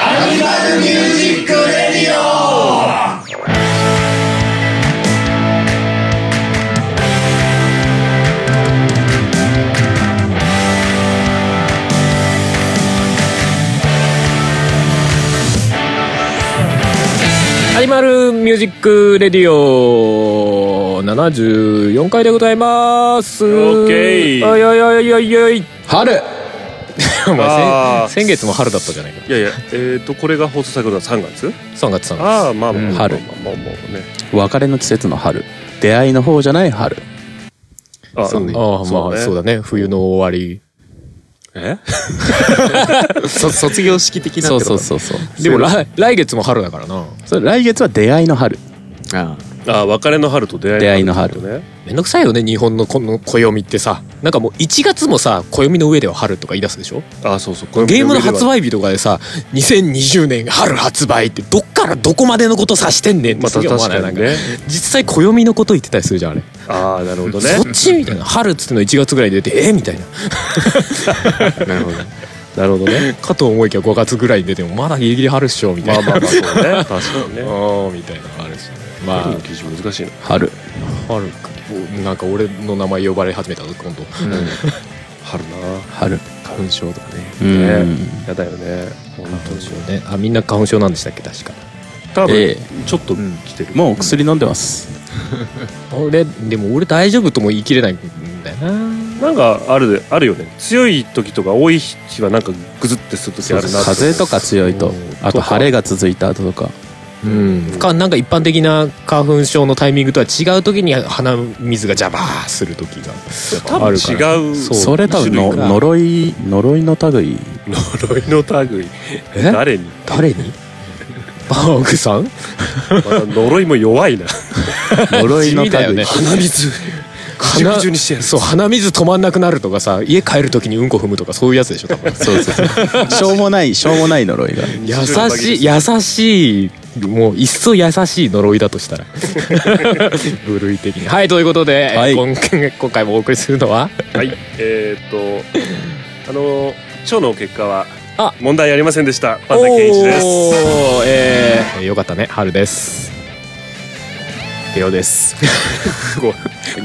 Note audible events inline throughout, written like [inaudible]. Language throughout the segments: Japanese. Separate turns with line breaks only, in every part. アニマルミュージックレディオ
アニマルミュージックレディオ74回でございます
オッケー
おいおいおいおいおい [laughs]
春
お前
あー
先先月も春だったじゃないか
いやいや、えっ、と、これが放送されるのは3月
3月3
ああ、まあまあ、
うん
まあまあ
春
まあまあね。
別れの季節の春出会いの方じゃない春
あ
そうね
ああまあそうだね冬の終わり
え
そ卒業式的
なって
そ
こ
う
と
そうそうそう
でも来来月も春だからな
それ来月は出会いの春
あ
ああ、別れの春と出会いとね。
めんどくさいよね日本のこの暦ってさなんかもう1月もさ暦の上では春とか言い出すでしょ
ああ、そうそう。これ
ゲームの発売日とかでさ2020年春発売ってどっからどこまでのこと指してんねんって
まあ
すげえ思わない、
確か
な
に
ん
ね
か実際暦のこと言ってたりするじゃんあれ
ああ、なるほどね。
そっちみたいな春っつっての1月ぐらいに出てえみたいな
あなるほど
なるほどね。
かと思いきや5月ぐらいに出てもまだギリギリ春っしょみた
まあ
いな
まあまあ、そうね。確か
[laughs]
に
あ
ね。
ーみたいなのあるしねま
春
あ
の記事難しいな。
春
春かなんか俺の名前呼ばれ始めたぞ今度
春な。
春
花粉症とかね。
うん
ねやだよね。本当に。
ねあみんな花粉症なんでしたっけ確か
多分、
え
ちょっと来てる。
もう薬飲んでます
俺でも俺大丈夫とも言い切れないんだよな
なんかあるであるよね強い時とか多い日はなんかグズってする時あるなって
風邪とか強いとあと晴れが続いた後とか
うんかなんか一般的な花粉症のタイミングとは違う時に鼻水がジャバーする時が
多分違う
そう
それ多分の
種類が
呪い呪いの
呪
類
いの類
え
誰に
誰に [laughs] バオグさん
また呪いも弱 [laughs] いな
呪いの
[laughs] 地味だよね
類
鼻水口
鼻
中にしてやる
そう鼻水止まんなくなるとかさ家帰る時にうんこ踏むとか [laughs] そういうやつでしょ多分
そうそうそうしょうもないしょうもない呪いが
優しい優しいもういっそ優しい呪いだと [laughs] したら部類的にはいということで、
はい
今今回もお送りするのは
はいえー、っとあの腸の結果は
あ
問題ありませんでしたパンダ健一です
おーえーよかったね春です
テ
[laughs]
オです
ご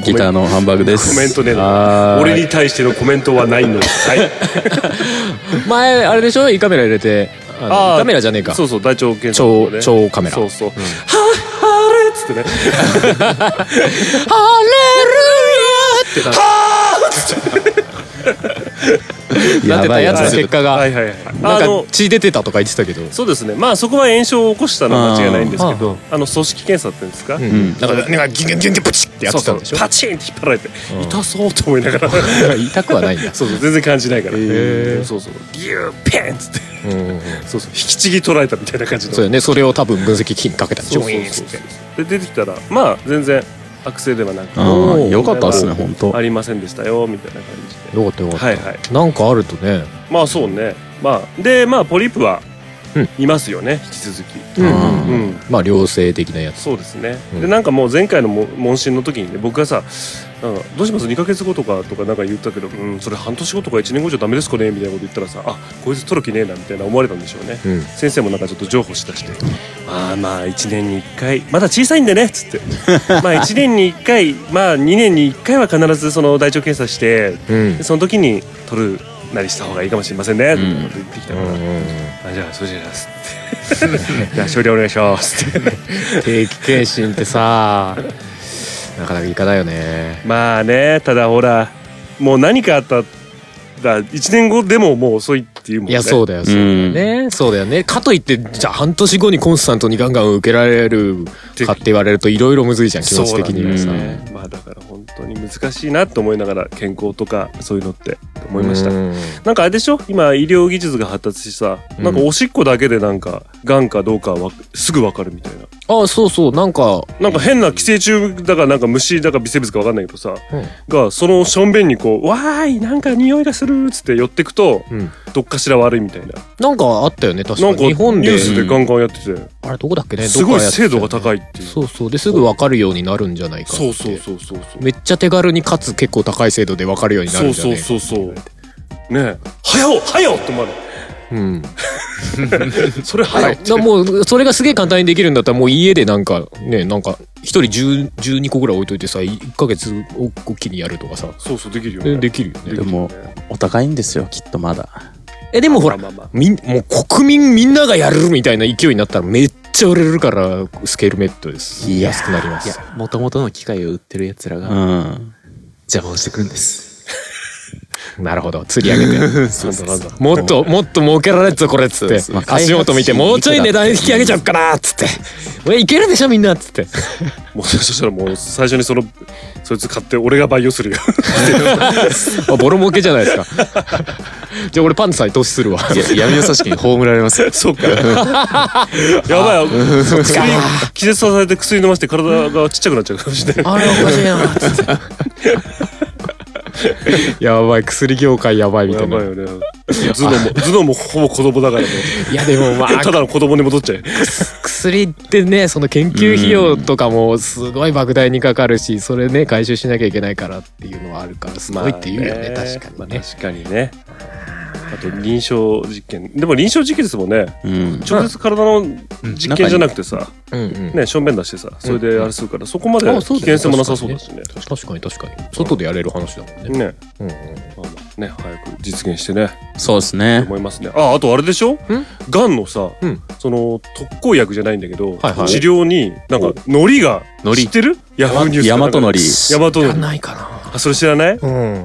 ギターのハンバーグです
コメントね
あー
俺に対してのコメントはないので、はい、
前あれでしょ胃カメラ入れてあの
あー
胃カメラじゃねえか
そうそう大腸検査
超
ね
超カメラ
そうそう、ははーれっつってね
ハレルヤーってなってたやつの結果が、
はいはいはい
な
あ
ん
の
か血出てたとか言ってたけど、
そうですねまあそこは炎症を起こしたのは間違いないんですけど
あ
あの組織検査っていうんですか、
うん、なんかなんかギュンギュンギュンギュンプチってやっ
そう
てた
そ
ん [laughs]
う
でしょ
パチンって引っ張られて、痛そうと思いながら
痛くはないんだ、
そうそう全然感じないから、
ー
そうそうギューペンっつって
うん、
そうそう引きちぎ取られたみたいな感じの
そうだよねそれを多分分析機にかけたんでし
そ
ょ
うそう
ウィ
そ
ーン
う
っつ
そう
って
で出てきたらまあ全然悪性ではなく
あーよかったっすね本当
ありませんでしたよみたいな感じで
よかったよかった、
はいはい
なんかあるとね
まあそうねまあでまあポリープは
うん
いますよね、引き続き
うん
うん
うん
まあ良性的なやつ
そうですね、
うん
でなんかもう前回のも問診の時にね僕がさなんか「どうします2ヶ月後とか」とかなんか言ったけど「うんそれ半年後とか1年後じゃダメですかね」みたいなこと言ったらさ「あこいつ取る気ねえな」みたいな思われたんでしょうね、
うん
先生もなんかちょっと譲歩しだして「まあまあ1年に1回まだ小さいんでね」っつって [laughs] 「まあ1年に1回まあ2年に1回は必ずその大腸検査して
うん
でその時に取るなりした方がいいかもしれませんね」みたいなこと言ってきたから「あじゃあそうじゃないです」って [laughs] じゃあ終了お願いします」って。
定期検診ってさなかなかいかないよね
まあねただほらもう何かあったら1年後でももう遅いっていうもんね
いやそうだよそうだよね、そうだよねかといってじゃあ半年後にコンスタントにガンガン受けられるかって言われるといろいろむずいじゃん気持ち的には
そ
さ、
うなんだよねまあだから本当に難しいなと思いながら健康とかそういうのって思いました
うん
なんかあれでしょ今医療技術が発達しさなんかおしっこだけでなんかがんかどうかはすぐ分かるみたいな
あそうそうなんか
なんか変な寄生虫だかなんか虫だか微生物か分かんないけど
う
さ、
ん
がそのしょんべんにこう「わーいなんか匂いがする」っつって寄ってくと
うん
どっかしら悪いみたいな
なんかあったよね確か
なんか
日
ニ
本
ュ
で
ースでガンガンやってて、
あれどこだっけね
すごい
どっか
精
やってたよ
度
ね
が高いっていう。
そうそうですぐ分かるようになるんじゃないかって
そうそうそうそうそう。
めっちゃ手軽にかつ結構高い精度で分かるようにな
そ
る
うん
じゃ
そ
な
う
い
そうそう。ねえ早う早うって思われる
うん。
それ早う
なもう、それがすげえ簡単にできるんだったら、もう家でなんか、ね、なんか、一人10 12個ぐらい置いといてさ、1ヶ月をおきにやるとかさ、
そうそうできるよね
でできるよね。
でもお高いんですよきっとまだ
え、でもほら、
まあまあまあ
みん、もう国民みんながやるみたいな勢いになったらめっちゃ売れるから、スケールメットです。
いや
安くなりま
い
す。
や、もともとの機械を売ってる奴ら
う
が
ん
邪魔をしてくるんです。
なるほど。釣り上げて。
そうそうそう
もっと、もっと儲けられるぞ、これっつって
そうそう。
足元見て、
開発費
もうちょい値段引き上げちゃおうかなっつって。俺 [laughs] いけるでしょ、みんなっつって。
もうそしたらもう最初にそのそいつ買って俺が培養する
[laughs]
よ
あ、ボロ儲けじゃないですか。じゃあ俺パンツさんに投資するわ。
いや、闇の組織に葬られますよ。
そうかやばいよ薬気絶させられて薬飲ませて体がちっちゃくなっちゃうかもしれない
あれおかしいなっつって。 [laughs] やばい、薬業界 [laughs] やばいみた
や
いな。
ばい
い
よね頭脳も頭脳もほぼ子供だからね
やで
[laughs]
もまあ
た、だの子供に戻っちゃう
薬ってねその研究費用とかもすごい莫大にかかるしそれね回収しなきゃいけないからっていうのはあるからすごいって言うよね,、
まあ
確かにね、
確かにねあと臨床実験でも臨床実験ですもんね
うん
直接体の実験じゃなくてさ、
うんうん
ね、正面出してさそれであれするから、そこまで
あ
危
そうだ
険
よ
性もなさそうだしね
確かに確かに外でやれる話だもんね、
ね
うんうん、
まあまあね早く実現してね
そうですね
思いますねああとあれでしょがんのさ、
うん
その特効薬じゃないんだけど、
はいはい
治療になんかのりが
海苔
知ってるヤフーニュース
大和のり
ヤマト
や
の
ん
り
ないか
あそれ知らない
なうん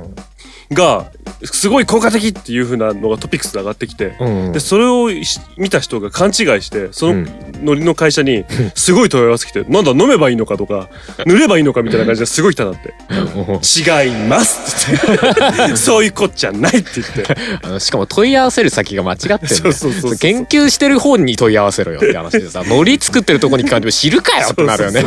がすごい効果的っていう風なのがトピックスで上がってきて、
うん
でそれをし見た人が勘違いしてその
うん
のりの会社にすごい問い合わせ来て、なんだ飲めばいいのかとか塗ればいいのかみたいな感じですごい来たんだって違いますって言
[laughs]
ってそういうこっちゃないって言って
あのしかも問い合わせる先が間違ってんだよ
そうそうそうそう
研究してる方に問い合わせろよって話で
[laughs]
さのり作ってるとこに聞かれても知るかよってなるよね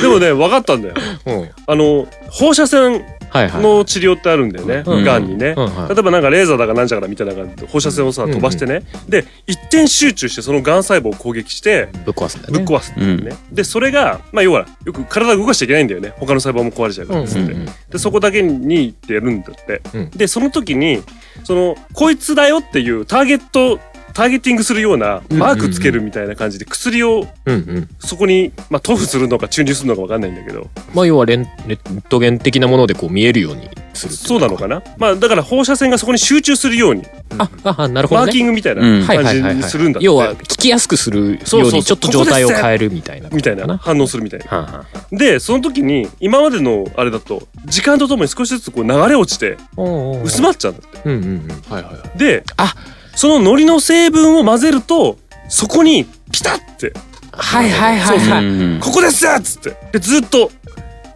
でもね分かったんだよ
うん
あの放射線
はいはい
の治療ってあるんだよね、
うん
がんにね、
うんはい
例えばなんかレーザーだかなんちゃらみたいな感じで放射線をさ、
うん
飛ばしてねで一点集中してそのがん細胞を攻撃して
ぶっ壊すんだ
ぶ
よ
っ
ね
壊すっていうね、でそれがまあ要はよく体動かしちゃいけないんだよね他の細胞も壊れちゃうからっつって、
うん
でそこだけにってやるんだって、
うん
でその時にそのこいつだよっていうターゲットターゲティングするようなマークつけるみたいな感じで薬を
うんうん
そこに、まあ、塗布するのか注入するのか分かんないんだけど
まあ要はレンレッドゲン的なものでこう見えるようにするってい
そうなのかな、まあ、だから放射線がそこに集中するように
あああなるほ
マ
ど
ー
ね
キングみたいな
うん
はい
感
はい
じ
はい
に
はい
するんだって、
要は聞きやすくする
そう
よ
そう
う
そう
にちょっと状態を変えるみたいなこと
みたい
かな
な反応するみたいな。
はんはん
でその時に今までのあれだと時間とともに少しずつこう流れ落ちて
おうおう
薄まっちゃうんだって。
うんうんうん
はいはいはい。
で
あ
その海苔の成分を混ぜるとそこにピタッて
はいはいはい
うん
はい
うん
「ここです!」っつってでずっと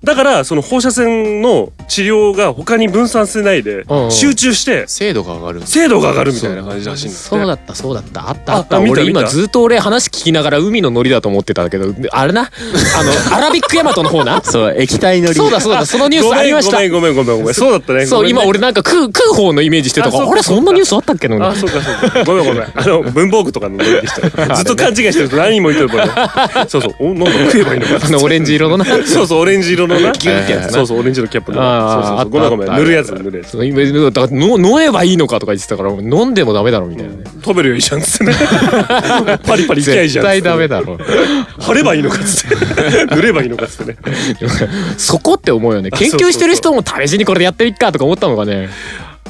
だからその放射線の治療が他に分散せないで
うんうん
集中して
精度が上がるんです
精度が上がるみたいな感じらしいんだって
そうだったそうだったあったあっ
あ
た
見た
俺
見た
今ずっと俺話聞きながら海のノリだと思ってたけどあ
[laughs]
れなあのアラビックヤマトの方な
そう液体のり
そうだそうだそのニュース
ご
あ
め
り
ん
まし
ご
た
めんごめんごめんごめんそうだったね
そ
ご
う
めんね
今俺なんか食う食う方のイメージしてたか
あそう
ら
か
あれそんなニュースあったっけな
あ、そうかそうか。ごめんご
[laughs]
めん。あの、文房具とかのノリでした。ずっと勘違いしてると何も
[laughs]
言ってるから。そうそう。お、なんだ食えばいいのかな。
あのオレンジ
[laughs]
色のな
そうそう、オレンジ色のな。
ギュンってやつな
そうそう、オレンジのキャップの。そうそう
あーあ
そ
った
う。ごめんごめん。
あった
塗るやつ、塗るやつ。
そう今だからの飲めばいいのかとか言ってたから飲んでもダメだろみたいなね
食べるよりいいじゃんっつってね。 [laughs] パリパリいきゃいいじ
絶
ゃんっつっ
対
て。
ダメだろ
貼ればいいのかっつって。 [laughs] 塗ればいいのかっつってね。
そこって思うよね
[laughs] あそう
研
そう
究してる人も試しにこれでやってみっかとか思ったのかね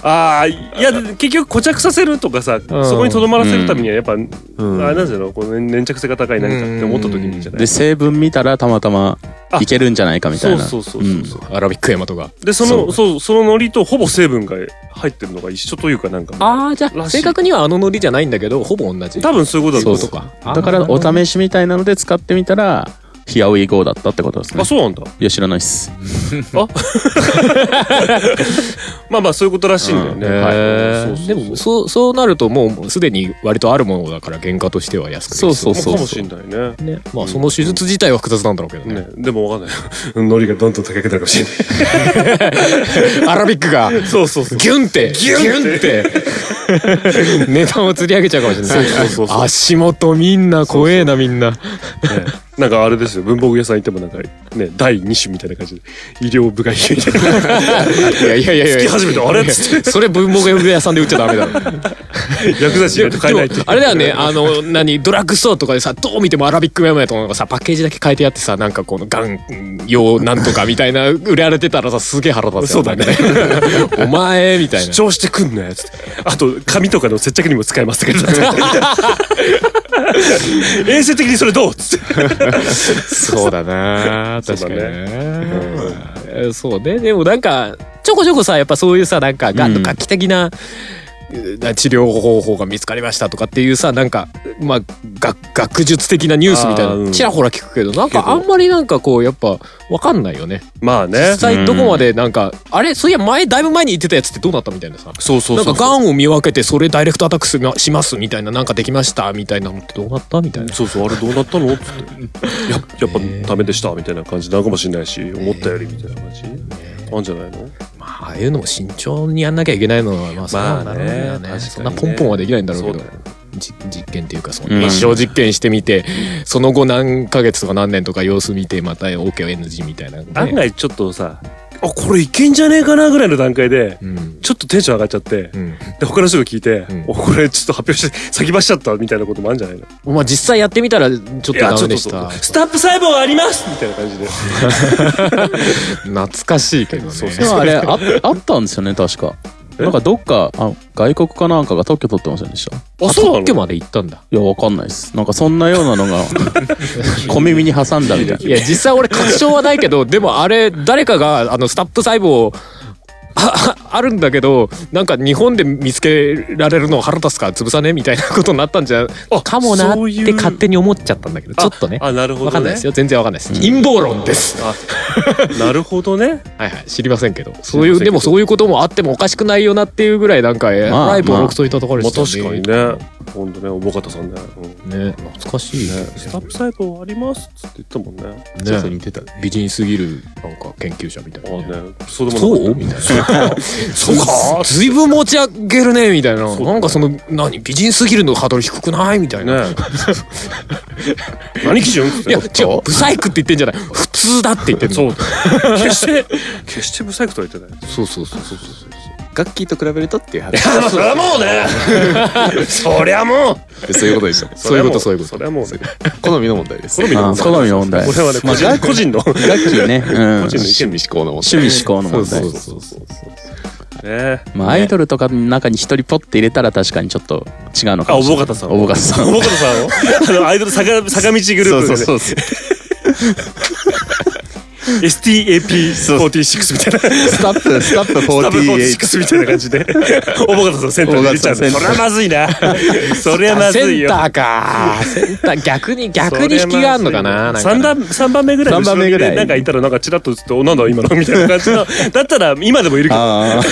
ああ、いや、結局固着させるとかさ、
ん
そこにとどまらせるためには、やっぱ、あれ
ん
なんじゃろう、この粘着性が高い何かって思った時にじゃない
で成分見たらたまたまいけるんじゃないかみたいな
そうそうそうそうそう。
アラビックヤマトが
でそのそうその海苔とほぼ成分が入ってるのが一緒というかなんか
ああじゃ
らし
あ
い
正確にはあのノリじゃないんだけどほぼ同じ
多分そういうことだと
そう
思
とか
うんだからお
た
試しみたいなので使ってみたらヒアウィーゴーだったってことです
うあ
ね
そうなんだ
いや知らないっす
まあまあそういうことらしいんだよね、はいそうそう
でもそうそうなるともうすでに割とあるものだから原価としては安くでき
そう
まあ
そうそう
かもしれないね
ねまあその手術自体は複雑なんだろうけどね
ね、でもわかんない [laughs] 海苔がどんどん高くなるかもしれない
アラビックが
そうそうそう
ギュンってギュンって
[laughs]
ネタを釣り上げちゃうかもしれない
そうそうそう
足元みんな怖えなみんな
なんかあれですよ文房具屋さん行ってもなんかね、第2種みたいな感じで医療部外
[laughs]
品みたいな
いやいやいやいや
つき始めてあれっつって
それ文房具屋さんで売っちゃダメだろ
薬剤師
で
と買えないって
もあれだよねあの何ドラッグストアとかでさどう見てもアラビックメモやと思うがさパッケージだけ変えてやってさなんかこのガン用なんとかみたいな売られてたらさすげえ腹立つよ
そうだね
[laughs] お前みたい
[laughs] 主
な
張してくんなやつってあと紙とかの接着にも使えますとか
[laughs]
言って衛生的にそれどうっつって
そうだな
そう
確
だ
か
ね
にねうんそうねでもなんかちょこちょこさやっぱそういうさなんかがんの画期的な、な治療方法が見つかりましたとかっていうさなんかまあが学術的なニュースみたい
あーう
なんちらほら聞くけどなん
け
か
ど
あんまりなんかこうやっぱわかんないよね
まあね
実際どこまでなんかあれそういや前だいぶ前に言ってたやつってどうなったみたいなさ
そうそう
なん
そ
か
う
がんを見分けてそれダイレクトアタックすなしますみたいななんかできましたみたいなのってどうなったみたいな
そうそうあれどうなったのっつってややっぱダメでしたみたいな感じなのかもしれないし思ったよりみたいな感じなんじゃないの
まあああいうのも慎重にやんなきゃいけないのはまあそうなんだろうね,、
まあね確かにね
そんなポンポンはできないんだろうけ
そ
ど
うだよ
じ実験っていうかそ
うん
の一生実験してみて、その後何ヶ月とか何年とか様子見てまた OKNG みたいな、ね
案外ちょっとさあこれいけんじゃねえかなぐらいの段階で
うん
ちょっとテンション上がっちゃって
うん
で他の人が聞いて、
うん
おこれちょっと発表して先走っちゃったみたいなこともあるんじゃないの
まあ実際やってみたらちょっと
いや
ダ
ちょ
メで
っと
し
そう
た
スタップ細胞ありますみたいな感じで
懐かしいけどね
そう
でもあれあ、あったんですよね、確か。
え
なんかどっか、あ外国かなんかが特許取ってませんでしたい
あ
そうなの
特許まで行ったんだ
や、わかんないです。なんかそんなようなの
[laughs]
が、小耳に挟んだみたい
いや実際俺確証はないけどでもあれ誰かがあのスタップ細胞あああるんだけどなんか日本で見つけられるのを腹立つから潰さねみたいなことになったんじゃ
あ
かもなっ
そうい
て
う
勝手に思っちゃったんだけどちょっとね
あなるほど、ね、
わかんないですよ全然わかんないです、陰謀論です
あ [laughs] なるほどね
はいはい知りませんけどそうい
知りませ
う
んけど
でもそういうこともあってもおかしくないよなっていうぐらいなんかえ
まあ
ライブを録といたところ
ま
で
あ
した
確か
ね
にね本当ね重かったさんね、うん
ね懐かしい
ねスタップ細胞ありますっつって言ったもんね
ちょっと
ね
似てたね
美人すぎるなんか研究者みたい
あ
なね
ねそうでも
そう
な
み
か
た [laughs]
っ
いな。そうか。ずいぶん持ち上げるねみたいな。
そう
なんかその何美人すぎるのハードル低くないみたいな。
たね何基準っつっ
い
て
や違うブサイクって言ってんじゃない。普通だって言ってんの。 [laughs]
そうだよ決して決して不細工とは言ってない
そうそうそうそうそうそう。
ガッキーと比べるとっていう話
あまあそれはもうねそりゃもう
そういうことでした
そういうことそういうこと
それはもうね
好みの問題です
好みの
な。
問
あ
題
好みの問題。
これはね個人個人のね
ガッキーね、うん、
個人
趣
の意
趣
見
味思考の問題
味思考の問題。
そうそう。
え
まあ、アイドルとかの中に一人ポッて入れたら確かにちょっと違うのかもしれ
あおぼ
ない。
かたさん
おぼかたさん。
桃子さんをあのアイドル坂坂道グループで
そうそう
ね
そうそう
STAP46 みたいな
スタップスタップ
スタブ
48
46みたいな感じでおぼかたさんセンターに入れちゃうの
尾形
そ
さ
りゃ
ん
まずいなそりゃまずい
セン
よ
ターか。センター逆 [laughs] に逆に引きがあるのかな。なんか
三段三番目ぐらいの後ろにね
三番目ぐらい
なんかいたらなんかチラッとずっとおなんだ今のみたいな感
[laughs]
じのだったら今でもいるけど
ああ、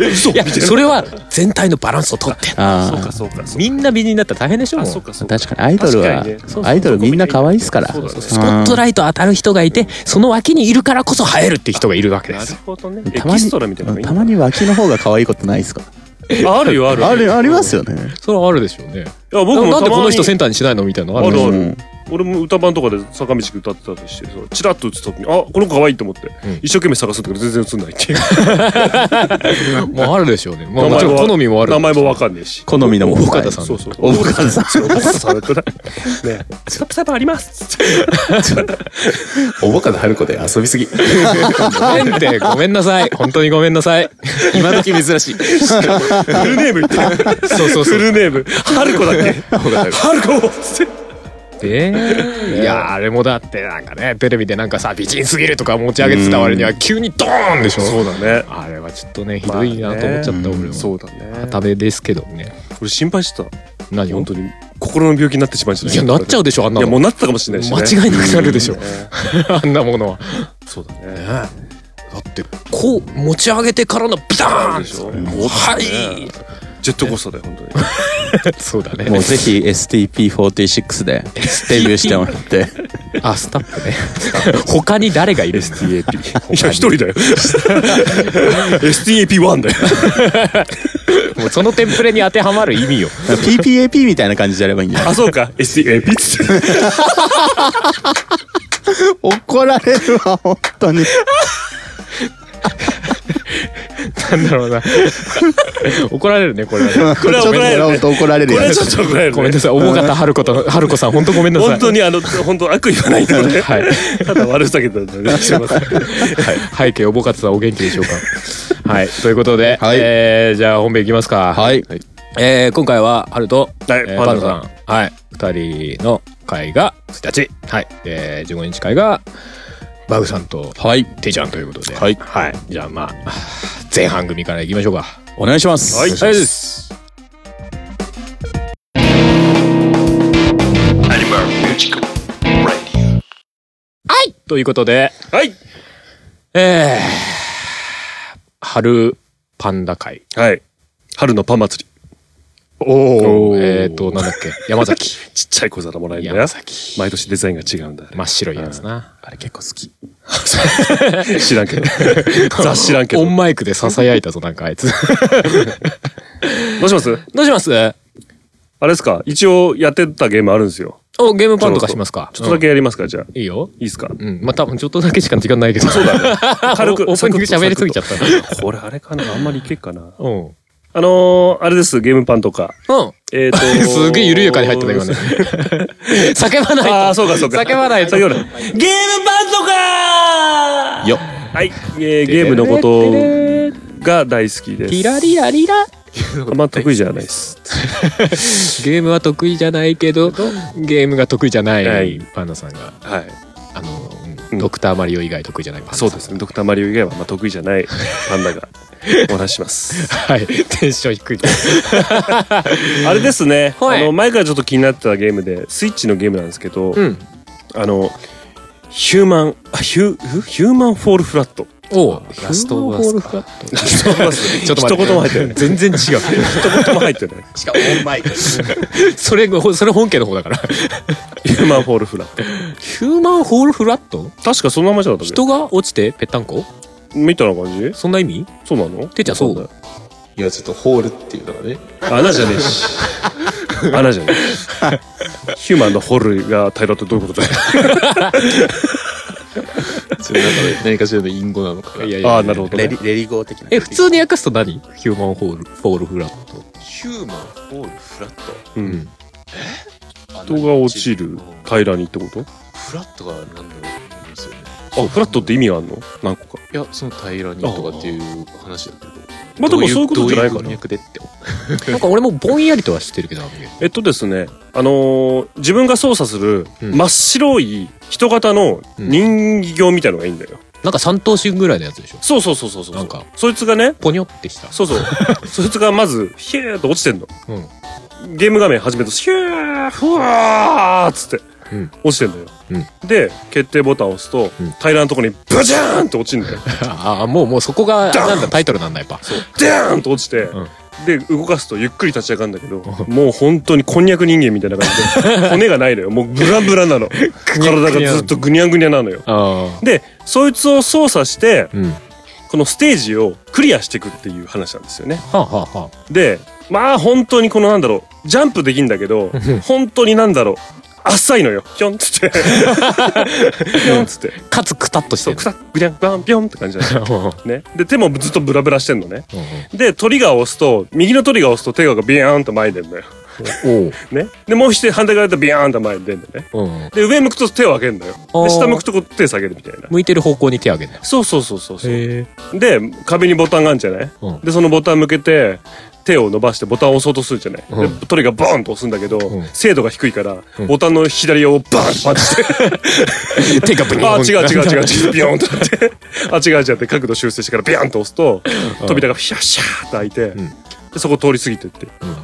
え嘘
いやそれは全体のバランスをとってんの。
そう
あ
かそうかそうか
みんな美人だったら大変でしょも
あ
う。
そう
ス
かそ
あ。
うか
確かにアイドルは、
確かにねそうそう
アイドルみんな可愛いですから。
そうだね
ポットライト当たる人がいてその脇にいるからこそ映えるって人がいるわけで
なる
す。
ほどね
う
エ
んたま
キス
に
トラみたいなのがいい
たまに脇の方が可愛いことないですか
ああるよある
あれありますよね。
それはあるでしょうね。
いや僕も
なんで
たまに
この人センターにしないのみたいなのあるでしょ
ある
うん
俺も歌番とかで坂道歌ってたりしてさチラッと映った時にあこの子可愛いと思って、
ん
一生懸命探すんだけど全然映んないっていう
もうあるでしょうね。 [laughs] まあ、も
名
ちろ
前も
ん好みもある。
名前もわかんねえし
好みの問題
大方さん。
そうそう
大方
さん大方さんだったらねスタップサイバーあります
おぼかた春子で遊びすぎ
ごめんって、ごめんなさい。本当にごめんなさい。
今時珍しい
フルネーム言って
そうそうそ
[laughs] フ
う。
ルネーム春子だっ
[laughs]
け春子つって
で、いやー、あれもだってなんかね、テレビでなんかさ、美人すぎるとか持ち上げてた割には急にドーンでしょ。
そうだね
あれはちょっとね、ひどいなと思っちゃった、俺も。
そうだね
ダメですけどね。
俺心配してた
何
本当に心の病気になってしまうんじゃない
いや、なっちゃうでしょ、あん
い
な
やもう
の。
なってたかもしれないし、ね、
間違いなくなるでしょ
ね。
[laughs] あんなものは。
そうだね
だって、こう持ち上げてからのビターン
でしょ
はい。
ジェットコースターだよ本当に
そうだね。
もうぜひ STP46 でデビューしてもらって。
あスタッフね他に誰がいるんだ
いや、一人
[laughs]
だよ。STAP1 だよ。
もうそのテンプレに当てはまる意味よ
PPAP みたいな感じでやればいいんだよ。
あ、そうか。STAP っつって。
怒られるわ、本当に。
なんだろうな怒られるねこれはね
こ
れは怒られるね
と怒られる
こ
や
れ
つ
ちょっと怒られる
ごめんな
ね。
さい重かった春子と春子さん本当ごめんなさい
本当に、あの、本当悪意はないので。
[laughs] はい
ただ悪ふざけたんだね。すいません。
背景おぼかつさんお元気でしょうかはいということで、
はい
えーじゃあ本編いきますか
はい。
えー今回は春と、
はい
えー
パ
パ
ン
ン
ダ
ダ
さ
さ
ん
んはい2人の会が1日はい、えー、15日会がバグさんと
はい。
ていちゃんということでは
はい
じゃあまあ前半組からいきましょうか
お願いします。
はい
はいですはいということで
はい。
えー、春パンダ会
はい。春のパン祭り。
お
おー
えっ、ー、となんだっけ山崎
ちっちゃい小皿もらえるんだよ
山。崎
毎年デザインが違うんだ。あれ
真っ白いやつな、
あれ結構好き。
[laughs] 知らんけ
[laughs]
ど。雑誌らんけど。
オ
ど
ンマイクで囁いたぞなんかあいつ
うします
どうします
あれですか一応やってたゲームあるんですよ。
おゲームパンとかしますか
ちょっとだけやりますか、じゃあ。い
うんいいよ
いですか
うんまあ多分ちょっとだけしか時間ないけどそうだね
軽く。
オープニング喋りすぎちゃった
た。 [laughs] これあれかなあんまりいけっかな。
[laughs] うんうん
あのー、あれです、ゲームパンとか。えっ、と
[laughs] すげえ緩やかに入ってた今ね。 [laughs] 叫ばないと
ああ、そうかそうか。
叫ばないと
叫ばないゲームパンとか
よっ。
はい、えーゲームのことが大好きです。
キラリラリラ
あんま得意じゃないです。
ゲームは得意じゃないけどゲームが得意じゃな
はい
いパンダさんが
はい。
あの、うん
うん
ドクターマリオ以外得意じゃないパンダさ
そ
ん
うですね。ドクターマリオ以外はまあ得意じゃないパンダがお話します。
はいテンション低い
[laughs] あれですね。
はい
あの前からちょっと気になってたゲームで、スイッチのゲームなんですけど、
うん
あのヒューマンあヒューヒューマンフォールフラット。
おうラストオブアスか
ちょっと [laughs]
待って
一言も入ってない。
全然違う
一言も入ってない。
しかもオンマイク。
それそれ本家の方だから
ヒューマンフォールフラット。
ヒューマンホールフラット
確かその名前じゃなかったっ
人が落ちてぺったんこ
けみたいな感じ
そんな意味
そうなの
てっちゃんそう
だよ。
いや、ちょっとホールっていうのがね。
穴じゃねえ [laughs] し。穴じゃねえし。ヒューマンのホールが平らってどういうことだよ。
それなんかね、何かしらの隠語なのかな。
いやい
ああ、なるほど
レ
ね
リ。レリゴー的な。
え普通に訳すと何ヒューマンホールホールフラット
ヒューマン、ホール、フラット。
うん。人が落ちる平らにってこと
フラットが何だろうって思いますよね。
あ、フラットって意味があるの何個か。
いや、その平らにとかっていう話だけど。
まあでもそういうことじゃない
ど
か
うう
ら
文。脈でって。
なんか俺もぼんやりとは知ってるけどあのゲーム
えっとですね、あのー自分が操作する
うん
真っ白い人型の人形みたいのがいいんだよ。
なんか三頭身ぐらいのやつでしょ
そうそうそうそうそう。
なんか。
そいつがね、
ポニョってした
そう [laughs] そう。そいつがまず、ヒューっと落ちてんの。
うん
ゲーム画面始めると、ヒューふわーっつって
うん、
落ちてんだよ。で、決定ボタンを押すと、
うん
平らなとこに、バジャーンって落ちるんだよ。
ああもうもうそこがなんだタイトルなんだやっぱ
ジャーンと落ちて、
ん
で、動かすとゆっくり立ち上がるんだけど、もう本当にこんにゃく人間みたいな感じ [laughs] で、骨がないのよ。もうブラブラ [laughs] なの。体がずっとぐにゃぐにゃなのよ。
ああ
で、そいつを操作して、
うんは
このステージをクリアしていくっていう話なんですよね。
あはあは
で、まあ本当にこのなんだろう、ジャンプできんだけど、本当になんだろう、浅いのよ。ぴょんっつ [laughs] って。ぴょんっつって
あ。かつくたっとし
そ
て
う、
る
くた、ぐにゃん、ばん、ぴょんって感じな [laughs] のよ。
うんうん
ね。で、手もずっとブラブラしてんのね。
うん
で、トリガーを押すと、右のトリガーを押すと手がビヤーンと前に出るのよ。
おう
ね。で、もう一手反対側だとビヤーンと前に出るのね。
うんうん
で、上向くと手を上げるのよ。
あー
で、下向くとこう手下げるみたいな。
向いてる方向に手あげるんだよ
そうそうそうそうそう。
へえ
で、壁にボタンがあるんじゃない、
うん
で、そのボタン向けて、手を伸ばしてボタンを押そうとするじゃない、
うん
で、トリガーボーンと押すんだけど、
うん
精度が低いから、
ん
ボタンの左をバーンとパンチして、
手 [laughs] がブニョーン
あー、違う違う違う違う、ビヨーンとなって、 [laughs] あ、違う違うって角度修正してからビヤーンと押すと、扉がシャッシャーって開いて、
ん
でそこ通り過ぎてって。
うん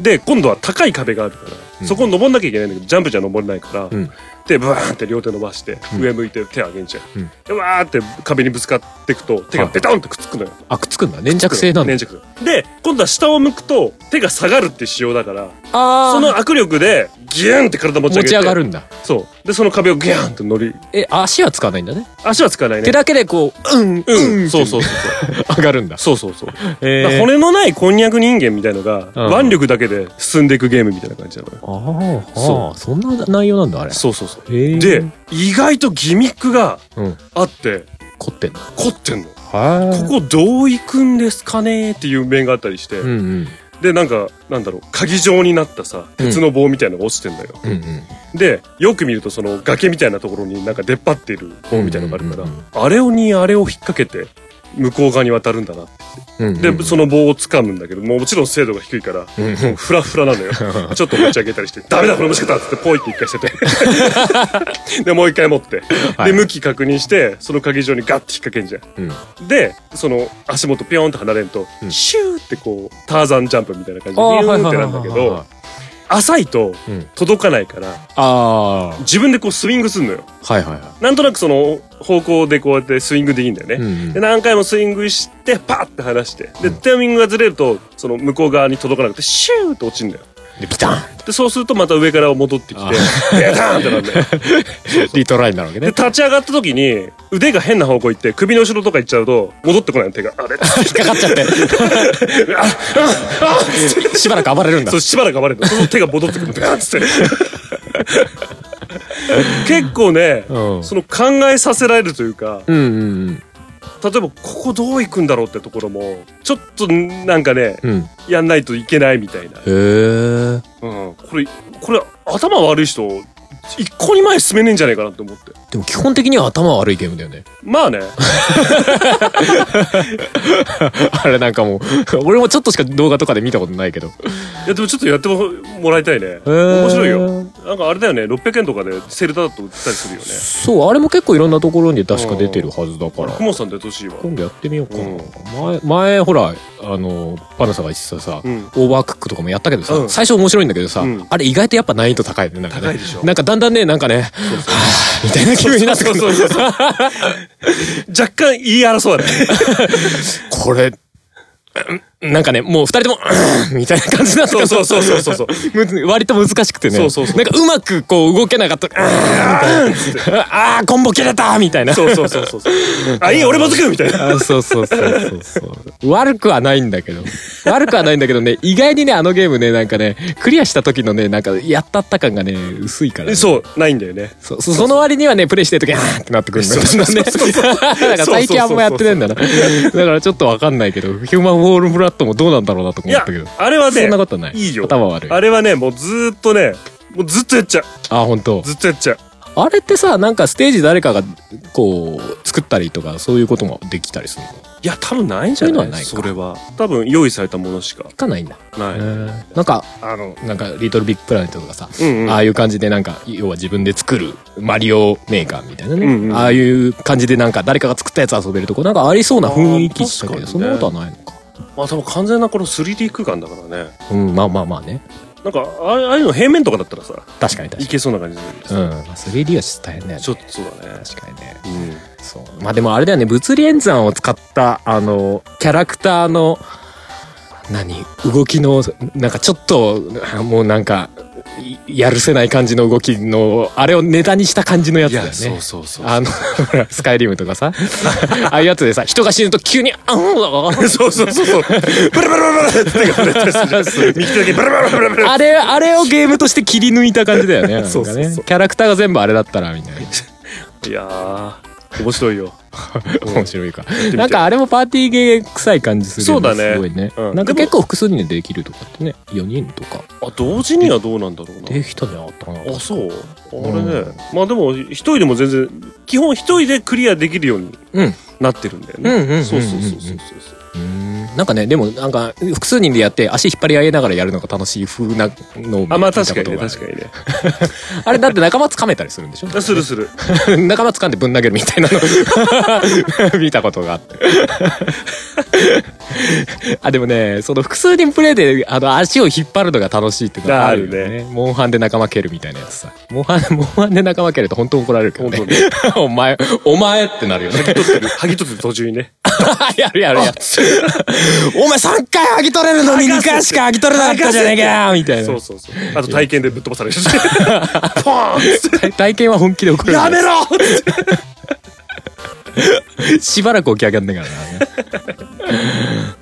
で、今度は高い壁があるから、そこを登んなきゃいけないんだけど、ジャンプじゃ登れないから、
ん
で、バーンって両手伸ばして、上向いて手上げんじゃん。
ん
で、わーって壁にぶつかっていくと、手がベタンとくっつくのよ。
[laughs] あくっつくんだ粘着性なんだ
粘着性で今度は下を向くと手が下がるって仕様だから
あそ
その握力でギューンって体持ち上
持
げ
ち
て
上がるんだ
そうでその壁をギャーンって乗り
え足は使わないんだね
足は使わない
手
ね
だけでこううん
う
うんん
そうそうそう
上がるんだ
そうそうそうそう、
え
[laughs] だから骨のないこんにゃく人間みたいのが、
うん
腕力だけで進んでいくゲームみたいな感じなのよ
あーあ
そ
そそんな内容なんだあれ
そうそうそう
へえ
で意外とギミックが
うん
あって
凝ってんだ
凝ってんの
は
ここどう行くんですかねっていう面があったりして、
うんうん
でなんかなんだろう鍵状になったさ鉄の棒みたいなのが落ちてんだよ、
うんうん
でよく見るとその崖みたいなところになんか出っ張っている棒みたいなのがあるから、
うんうんうん
あれをにあれを引っ掛けて向こう側に渡るんだな
うんうん
で、その棒を掴むんだけどもうもちろん精度が低いから、
うん
もうフラフラな
[laughs]
のよちょっと持ち上げたりして「ダメだこれもしかした」っつってポイって一回捨てて [laughs] でもう一回持って、
はい
で向き確認してその鍵状にガッて引っ掛けんじゃん
うん
でその足元ピョーンと離れると、
うん
シューってこうターザンジャンプみたいな感じで
あー
ビュ
はいはい
ーンって
は
ないるんだけ
はいは
ど浅いと
うん
届かないから
あ
自分でこうスイングすんのよ
あはいはいは
なんとなくその方向でこうやってスイングできいんだよね、
いうん
で何回もスイングしてパッて離してでタイミングがずれるとその向こう側に届かなくてシューって落ちるんだよ
でピタン
でそうするとまた上から戻ってきて
あ
ベターンってなる
[laughs]
んだよ
リトライになるわけ
で
ね
立ち上がった時に腕が変な方向行って首の後ろとか行っちゃうと戻ってこないの手があ
[laughs]
れ
引っかかっちゃってしばらく暴れるんだ
そうしばらく暴れてその手が戻ってくるのガーッつって [laughs] 結構ね、
うん
その考えさせられるというか
うんうん
例えばここどう行くんだろうってところもちょっとなんかね
うんうんへ
やんないといけないみたいな、
え
うん、これこれ頭悪い人一向に前進めねえんじゃないかなって思って
でも基本的には頭悪いゲームだよね [laughs]
ま [laughs] あね
あれなんかもう俺もちょっとしか動画とかで見たことないけど
いやでもちょっとやってももらいたいね面
面
白いよなんかあれだよね600円とかでセルだと売ってたりするよね
そうあれも結構いろんなところに確か出てるはずだから
クモさん出てほしいわ
今度やってみようかな、前
う
前ほらあのパナさんが言ってたさ、
うん
オーバークックとかもやったけどさ、
うん
最初面白いんだけどさ、
うん
あれ意外とやっぱ難易度高いねなんかね
高いでしょ
なんかだんだんねなんかねはぁみたいな気分になってくる
そうそうそうそう若干言い争わない
これうんなんかねもう二人ともうんみたいな感じになってく
そう
る
そうそうそうそうそう。
む割と難しくてね
そうそうそう
なんかうまくこう動けなかったうんあーコンボ切れたみたいな
[laughs] そうそうそうそうそう。 [laughs] あ、いい、俺もつくみたいな。
あそうそうそうそうそう悪くはないんだけど悪くはないんだけどね意外にねあのゲームねなんかねクリアした時のねなんかやったった感がね薄いから、ね、
そう、ないんだよね。
そそその割にはねプレイしてる時あーってなってくるんだよ
そうそう
ね
そうそう
だから最近あんまやってないんだなだからちょっとわかんないけどヒューマンウォールフラットもどうなんだろうなとか
い
思っ
や
たけど、
あれはね、
そんなことない
いいよ。
頭悪い
あれはね、もうずーっとね、もうずっとやっちゃう。
あ本当
ずっとやっちゃう。
あれってさなんかステージ誰かがこう作ったりとかそういうこともできたりするの
いや、多分ないんじ
そう
ゃ
いうの
な
はいないか
それは。多分用意されたものしか
かないんだ、
な
へ
い。
ーなんかあのなんか「リトルビッグプラネット」とかさ
うんうん。
ああいう感じでなんか要は自分で作るマリオメーカーみたいなね、
うんうん
ああいう感じでなんか誰かが作ったやつ遊べるとこなんかありそうな雰囲気したけど、
あー確かにね
そんなことはないのか、
まあ多分完全なこの 3D 空間だからね。
うん、まあまあまあね
なんか、あああいうの平面とかだったらさ、
確かに確
い
か
けそうな感じするけど
に、
さ
うん、まあ 3D はちょっと大変だよね
ちょっとそうだね。
確かにね
うん。
そうまあでもあれだよね物理演算を使ったあのキャラクターの何動きのなんかちょっとあもうなんかいやるせない感じの動きのあれをネタにした感じのやつ
い
だよ
や、
ね
そうそうそう。
あの、ほら、スカイリムとか
[laughs]
さ、ああいうやつでさ、人が死ぬと急に、あん
[laughs] そうそうそうそう。ブラブラブラブラって手が触れたりするじゃん右手だけブラブラブラブラブラ。
あれ、あれをゲームとして切り抜いた感じだよね。なんかね
[laughs] そうそうそう
キャラクターが全部あれだったら、みたい
いやー、面白いよ。
な。面白いか
てみ。て
なんかあれもパーティーゲー臭い感じするよ
そうだね
すごいね。
うん
なんか
でも
結構複数人でできるとかってね、4人とか。
あ、同時にはどうなんだろうな。
できたんじゃなかったかな。
あ、そうあれね。
う
まあでも、一人でも全然、基本一人でクリアできるように
うん
なってるんだよ
うんうんうんうんう
ね。
ん
そうそうそうそうそう。
うんなんかね、でもなんか、複数人でやって足引っ張り合いながらやるのが楽しい風なのを
あ、まあ
見た
確かに
こと
ね、
があ
確かにね。
るあれだって仲間掴めたりするんでしょ
あするする。
[laughs] 仲間掴んでぶん投げるみたいなの [laughs] 見たことがあってあでもねその複数人プレイであの足を引っ張るのが楽しいっていうのがあるよね
ある
モンハンで仲間蹴るみたいなやつさモンハンモン [laughs] ハンで仲間蹴ると本当怒られるけど
本当
ね [laughs]
に。
お前お前ってなるよね
剥ぎ取ってる、剥ぎ取ってる途中にね。
[laughs] やるやるやる。お前3回剥ぎ取れるのに2回しか剥ぎ取れなかったじゃねえかよみたい
そう
な。
そうそう。あと体験でぶっ飛ばされるし。ポーンっつっ
体 [laughs] 体験は本気で怒
て
る。
[laughs] やめろ
しばらく起き上がんねえからな。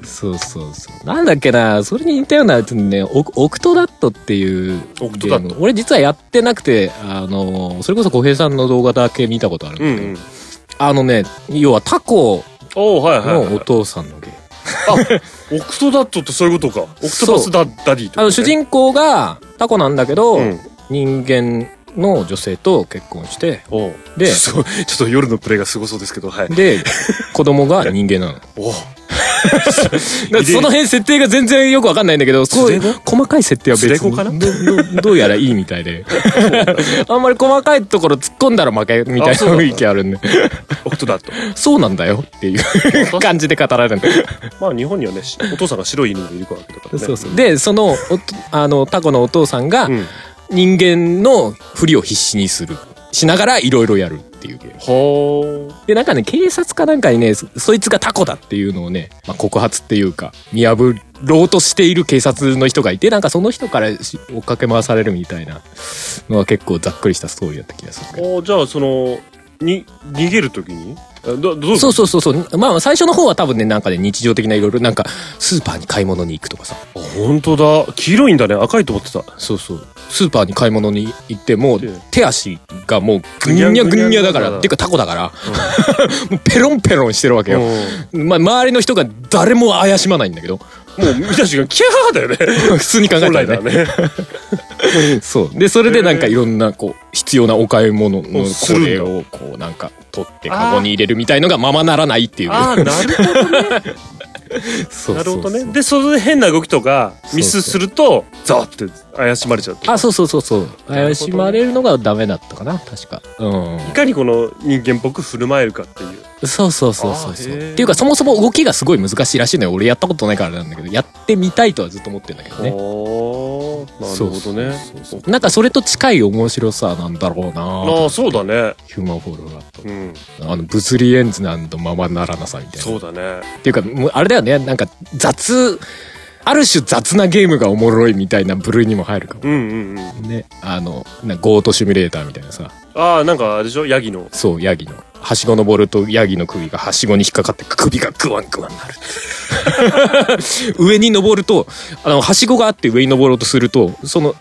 そうそうそう。なんだっけな、それに似たようなやつにね、オクオクトダットっていう
オクトダット
ゲーム俺実はやってなくて、あの、それこそ小平さんの動画だけ見たことあるんだ
うん
け
う
ど、
ん。
あのね、要はタコ
おおはいはい
の
はい。
お父さんのゲーム。
オクトダットってそういうことか。オクトパスダダディってことね
あの、主人公がタコなんだけど、
うん。
人間の女性と結婚して、
おう
で
ちょっとちょっと夜のプレイがすごそうですけど、はい。
で、子供が人間なの。
おう
だからその辺設定が全然よくわかんないんだけど、そういう
連
細かい設定は別
連れ
に
子かな
ど [laughs] どどうやらいいみたいで。あんまり細かいところ突っ込んだら負けみたいな
あそうなん
雰囲
だ
気あるんで。
オク
[laughs]
トダット。
そうなんだよっていう感じで語られるんで。
まあ日本にはね、しお父さんが白い犬がいるわけだからね。
そうそう。で、その、おとあの、タコのお父さんが
うん。
人間のふりを必死にする。しながらいろいろやるっていうゲーム。
ほー。
で、なんかね、警察かなんかにね、そそいつがタコだっていうのをね、まあ、告発っていうか、見破ろうとしている警察の人がいて、なんかその人からし追っかけ回されるみたいなのは結構ざっくりしたストーリーだった気がするけど。
おじゃあそのに逃げるときにあどどう
そうそうそうそう。まあ、最初の方は多分ね、なんかね、日常的ないろいろ、なんか、スーパーに買い物に行くとかさ。
あ本当だ黄色いんだね赤いと思ってた
そうそう。スーパーに買い物に行って、もう
で
手足がもうぐにゃぐにゃだから、っていうかタコだから、 [laughs] もうペロンペロンしてるわけ
うん
よ。まあ、周りの人が誰も怪しまないんだけど、
もう見た瞬間キャーだよね
普
[laughs]
通に考えた
本
ら
来だ
ね。
ね
[laughs] そう。で、それでなんかいろんな、こう、必要なお買い物の
おす
こ
るんだ
れを、こう、なんか、取って、カゴに入れるみたいのがままならないっていう。
ああなるほどね
そう
なるほど
そうそ
ね
う
でそれで変な動きとか
そう
ミスするとザーって怪しまれちゃうと
あ、そうそうそうそう。
なるほどね
怪しまれるのがダメだったかな、確か。う。
いかにこの人間っぽく振る舞えるかっていうん
そうそうそうそうそう。
あーへー
っていうか、そもそも動きがすごい難しいらしいのよ。俺やったことないからなんだけど、やってみたいとはずっと思ってんだけどね。
おーなるほどね
なんかそれと近い面白さなんだろう
あ
な
あそうだね
ヒューマンフォールフラット
うん
あの、物理エンズなんとままならなさみたいな。
そうだね
っていうかもうあれだよねなんか雑ある種雑なゲームがおもろいみたいな部類にも入るかも
うんうんうん
ねあのなんかゴートシミュレーターみたいなさ
ああなんかあれでしょヤギの
そうヤギのはしご登るとヤギの首がはしごに引っかかって首がグワングワンなる [laughs] 上に登るとあのはしごがあって上に登ろうとするとその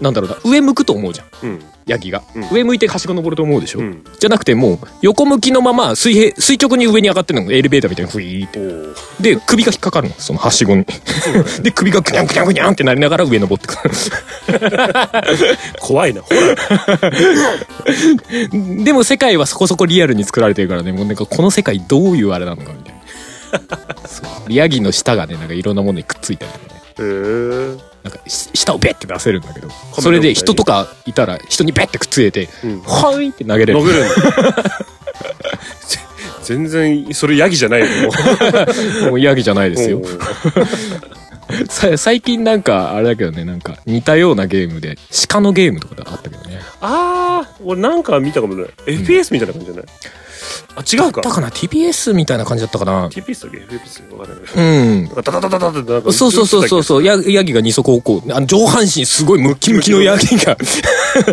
なんだろうな上向くと思うじゃん
うん
ヤギが、
うん
上向いてはしご登ると思うでしょ、
うん
じゃなくてもう横向きのまま水平垂直に上に上がってるのエレベーターみたいにフィーって
おー
で、首が引っかかるの、そのはしごに。で、首がぐにゃんぐにゃんぐにゃんってなりながら上登ってく
怖いなほら
る。でも世界はそこそこリアルに作られてるからね、もうなんかこの世界どういうあれなのかみたいな。そう。ヤギの舌がね、なんかいろんなものにくっついたりとかね。
へー
なんかし舌をベッて出せるんだけど、
い
それで人とかいたら人にベッてくっついて、
うん
はいって投げれ
伸
る。
びるんだぜ全然それヤギじゃないよもう
もうヤギじゃないですよ
お。ー
さ最近なんかあれだけどね、なんか似たようなゲームで、鹿のゲームとかあったけどね。
ああ俺なんか見たかもね FPS みたいな感じじゃない、あ違う
だ
か
かな TBS みたいな感じだったかな。
TPS だっけ FPS わかんないけ
うん。
どダダダダダダってなんか
そうそうそうそうそう、
う
ヤヤギが二足歩行。あの上半身すごいムッキムキのヤギが、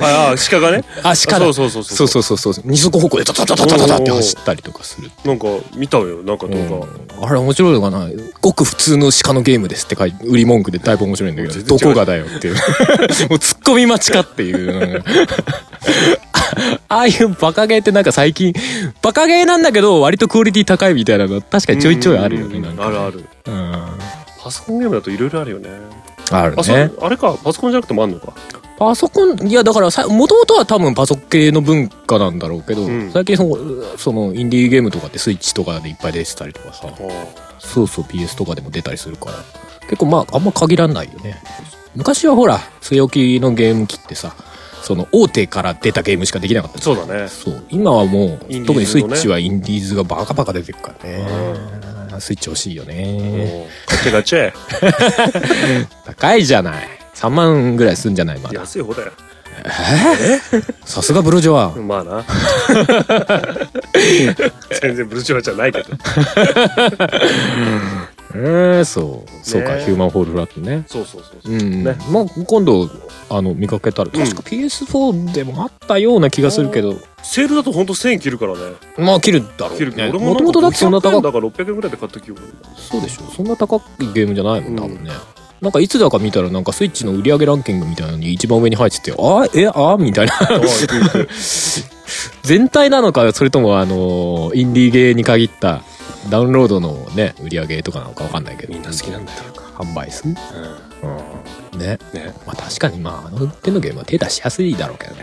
ああ鹿がね
あ、鹿だ。
あそうそうそ
そ
うそうう
そうそうそう二足歩行でタタタタタタタって走ったりとかする。
なんか見たわよなんか
う
動
ん、
画、
あれ面白いのかなごく普通の鹿のゲームですって書いて、売り文句でだいぶ面白いんだけ
もう
[laughs] ど、ど
全然違う
こがだよっていう。もう突っ込み待ちかっていうなんか。あああいうバカゲーってなんか最近、バカゲーなんだけど割とクオリティ高いみたいなの確かにちょいちょいあるよね、
うん
なん
あ
か。
るある
うん。
パソコンゲームだといろいろあるよね
ある
あそう
ね。
あれかパソコンじゃなくてもあんのか
パソコン、いやだからさ、もともとは多分パソコン系の文化なんだろうけど、
うん
最近その、その、インディーゲームとかってスイッチとかでいっぱい出てたりとかさ、そうそう PS とかでも出たりするから、結構まあ、あんま限らないよね。昔はほら、据え置きのゲーム機ってさ、その、大手から出たゲームしかできなかったじゃん
そうだね
そう。今はもう、
インディーズのね
特にスイッチはインディーズがバカバカ出てるからね。スイッチ欲しいよね。
もうガチャガチャ
高いじゃない。3万ぐらいすんじゃないまだ。
安い方だよ
さすがブルジョワ [laughs]
まあな全然ブルジョワじゃないけど
えー、そうそうか、
ね
ヒューマンフォールフラットね
そうそうそうそう
うんうん、
ね
まあ今度あの見かけたら確か PS4 でもあったような気がするけど、
セールだとほんと1000円切るからね
まあ切るだろ
切る
う
け
ね
ど
もともとだってそんな
高
高
だ
く
から600円ぐらいで買った
[laughs]
記憶
そうでしょそんな高いゲームじゃないもん多分ね、
う
なんかいつだか見たらなんかスイッチの売り上げランキングみたいなのに一番上に入っててあーえあーみたいな [laughs]
あるああ
全体なのかそれともあのーインディーゲーに限ったダウンロードのね売り上げとかなのかわかんないけど
みんな好きなんだよ、
販売数ね
ね
まあ確かにまああの手のゲームは手出しやすいだろうけどね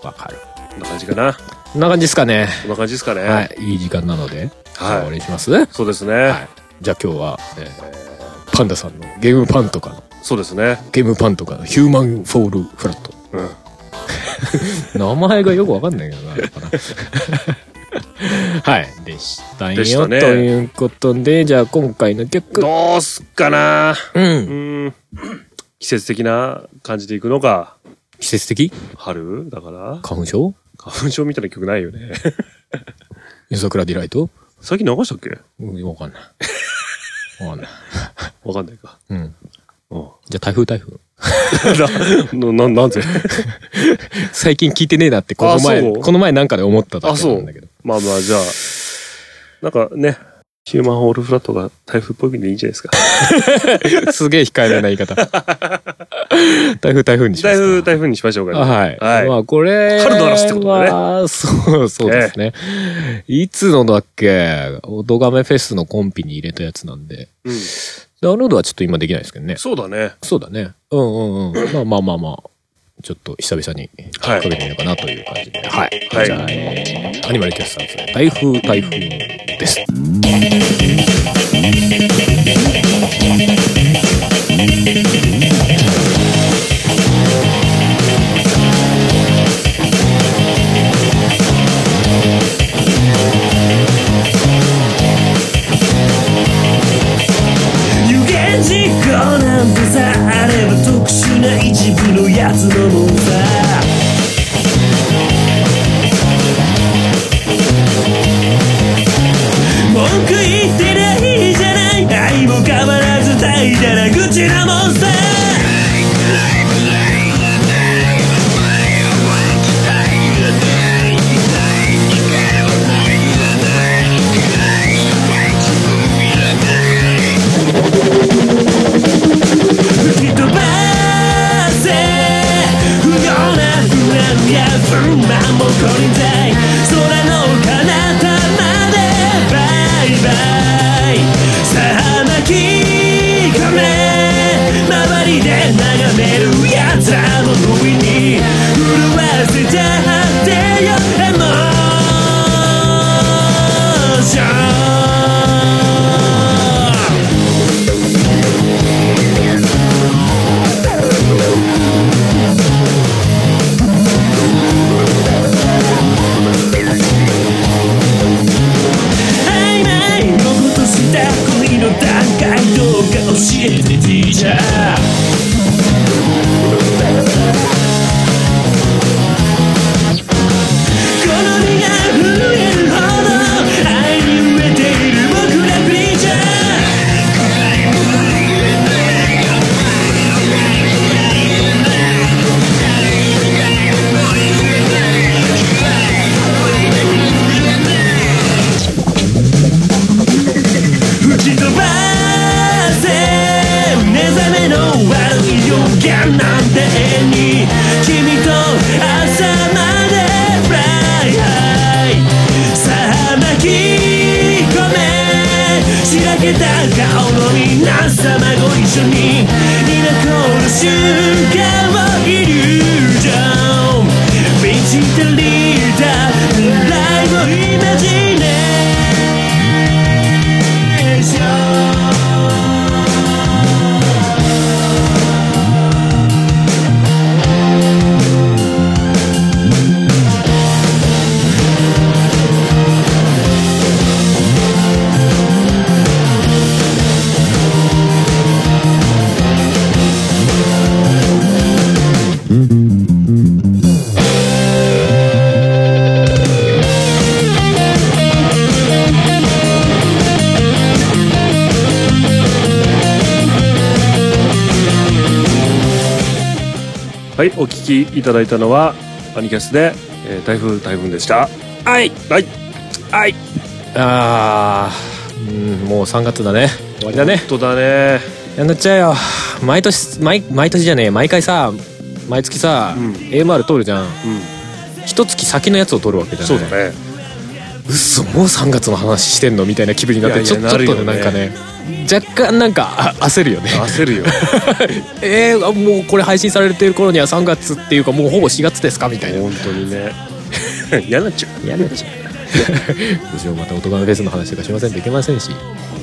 うん
わかる
こんな感じかな
こんな感じですかね
こんな感じですかね
はい、いい時間なので、
はい
終わりにします、はい、
そうですね、
じゃあ今日は、えーパンダさんのゲームパンとかの、
そうですね
ゲームパンとかのヒューマンフォールフラット。 [laughs]
うん
名前がよくわかんないけどな、あれか [laughs] なはい、でしたよ
でしたね
ということで、じゃあ今回の曲、
どうすっかな
う、
うんん季節的な感じでいくのか
季節的
春だから
花粉症
花粉症みたいな曲ないよね [laughs]
夜桜ディライト
最近流したっけ
うん、わかんない。わかんない。
わかんないか
うん。
うん [laughs]
じゃあ台風台風。
なななぜ
最近聞いてねえなって、この
あ
前、
そう
この前なんかで思っただ
あ
け
そ
な
うん
だけど。
[laughs]
[laughs]
まあまあじゃあなんかねヒューマンホールフラットが台風っぽいんでいいんじゃないですか
すげえ控えめな言い
[laughs]
方。台風台風にしま
台
すか。
風台風にしましょうかね
あはい。
はい
まあこれは。
春の嵐ってことだ
そう、そうですね。いつのだっけ、おとがめフェスのコンピに入れたやつなんで。
うん、
ダウンロードはちょっと今できないですけどね。
そうだね
そうだね。うんうんうん。まあまあまあまあ。ちょっと久々に
は
か
い
けてみようかなという感じで。はい。
はい
じゃあ、えーアニマルキャスターズ、台風台風です。
有言実行なんてさあれば特殊な一部のやつのもんさ文句言ってないじゃない愛も変わらず怠惰な口なもんさ吹き飛ばせ不要な不安や不満もこりたい空の彼方までバイバイさあ巻き込め周りで眺めるやつらの不意に震わせてはってよエモーション曖昧のことした恋の段階どうか教えてティーチャーこの身が震えるほど愛に飢えている僕らクリーチャー吹き飛ばせ目覚めの悪い予感なんて永遠に君と朝までフライハイさあ巻き込めしらけた顔の皆様ご一緒に今この瞬間をイリュージョン満ちたリーダー未来をイマジネーション
「
はい、お聞きいただいたのは、アニキャスで、えー台風、台風でした。
はい
はい。はい。
あーうんもう3月だね終わりだね
本当だね。
やんなっちゃえよ毎年毎毎年じゃねえ毎回さ毎月さ、
うん
AMR 通るじゃん
う
一月先のやつを取るわけじゃ
ん。
ない
そうだね。
うっそもう3月の話してんのみたいな気分になって
いやい
ち
や
ょちょっと
なるよ
ね
ね
なんかね若干なんかあ焦るよね
焦るよ。
[laughs] えー、あもうこれ配信されてる頃には3月っていうかもうほぼ4月ですかみたいな
本当にね。嫌になっちゃう。
やるじゃん無事また大人のフェスの話とかしませんといけませんし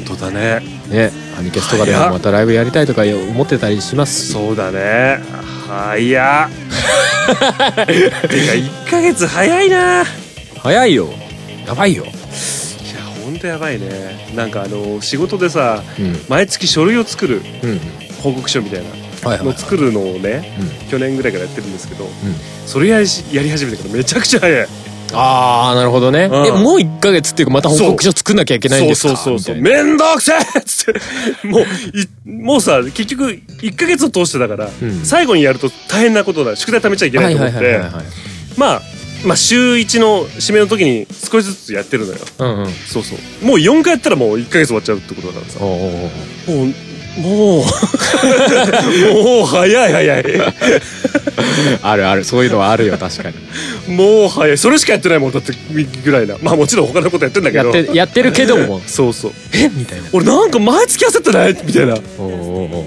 本当だね。
ねアニキャスとかで
早っ
もまたライブやりたいとか思ってたりしますし
そうだね。はいや。てか、1ヶ月早いな。いや、
早いよやばいよ、
ほんとやばいね。なんかあの、仕事でさ、
うん
毎月書類を作る
うん、
報告書みたいな。
はいはい、
の作るのをね、
う
去年ぐらいからやってるんですけど、それやりしやり始めてからめちゃくちゃ早い
ああなるほどね、
ん
えもう1か月っていうかまた報告書作んなきゃいけないんです
そ
か
うそうそうそう
みたいな
めんどくせえっつってもういもうさ結局1か月を通してだから、
うん
最後にやると大変なことだ宿題貯めちゃいけな
はいい
と
は
思
い
っ
はい
て
はいはい
まあまあ週1の締めの時に少しずつやってるのよ
うんうん
そうそうもう4回やったらもう1か月終わっちゃうってことだからさ
おうおうおう
もうもうもう早い早い
あるあるそういうのはあるよ確かに
もう早いそれしかやってないもんだってぐらいなまあもちろん他のことやってんだけ
や
ど
ってやってるけども
そうそう
えみたいな
俺なんか毎月焦ってないみたいな
おうおうおう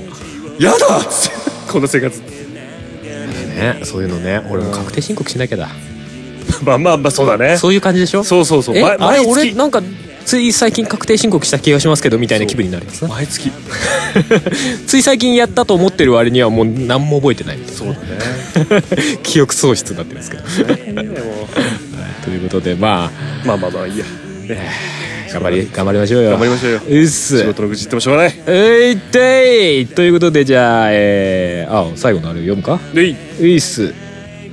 やだっつってこんな生活
ねそういうのね俺も確定申告しなきゃだ
まあまあまあそうだね
そういう感じでしょ
そうそうそう
え
毎
あれ
毎
俺
月
なんかつい最近確定申告した気がしますけどみたいな気分になるやつな [laughs]
毎月
つい最近やったと思ってる割にはもう何も覚えてないみたいな
そうだね
[laughs] 記憶喪失になってるんですけど [laughs] ということでまあ
まあまあまあいいやね
頑張り頑張りましょうよ
頑張りましょうよ
うっす
仕事の愚痴言ってもしょうがないう
いっていということでじゃあえー、あ最後のあれ読むか
でいいう
いっす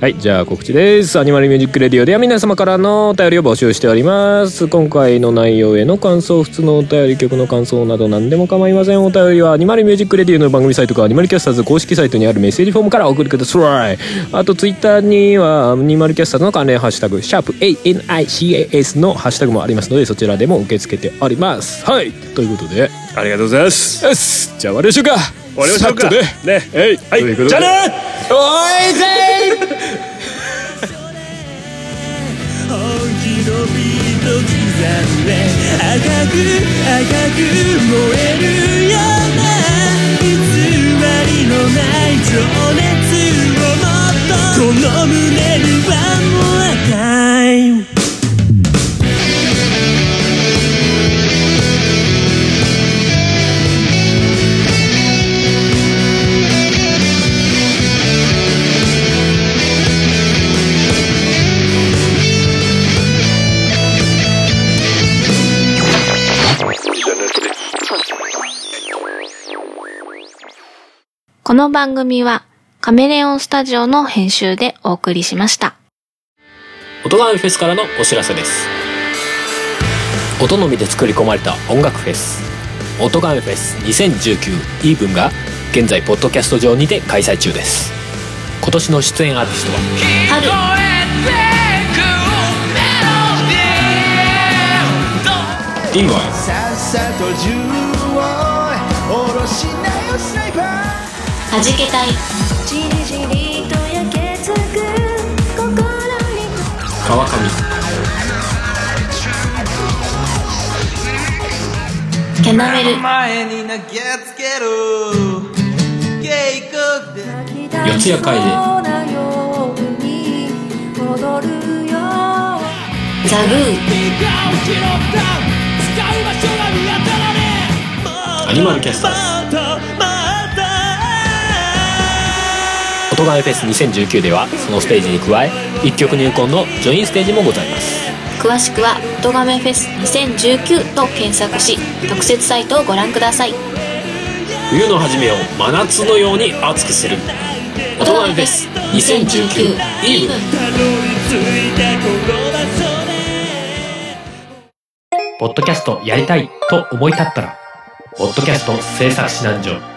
はいじゃあ告知ですアニマルミュージックレディオでは皆様からのお便りを募集しております今回の内容への感想普通のお便り曲の感想など何でも構いませんお便りはアニマルミュージックレディオの番組サイトかアニマルキャスターズ公式サイトにあるメッセージフォームからお送りくださいあとツイッターにはアニマルキャスターズの関連ハッシュタグシャープ ANICAS のハッシュタグもありますのでそちらでも受け付けておりますはいということで
ありがとうございます
よしじゃあ終わりましょうか終
終わりましょうか
ね
ね
えい
は
とうこと
い
で
じゃあね
おいぜい
本気のビート刻んで赤く赤く燃えるような偽りのない情熱をもっとこの胸にはもう赤い
この番組はカメレオンスタジオの編集でお送りしました。
音がフェスからのお知らせです音のみで作り込まれた音楽フェス音がフェス2019イーブンが現在ポッドキャスト上にて開催中です今年の出演アーティストは
春、
ディーゴン
はじけたい、
川上
キャナメル、
前に投げつける計画で
四谷楓
ザグー、
アニマルキャスタ
ーズ
音がフェス2019ではそのステージに加え一曲入魂のジョインステージもございます
詳しくは音ガメフェス2019と検索し、特設サイトをご覧ください。
冬の初めを真夏のように熱くする音がフェス2019イーブン
たどり着いたこの場所で
ポッドキャストやりたいと思い立ったら、ポッドキャスト制作指南所。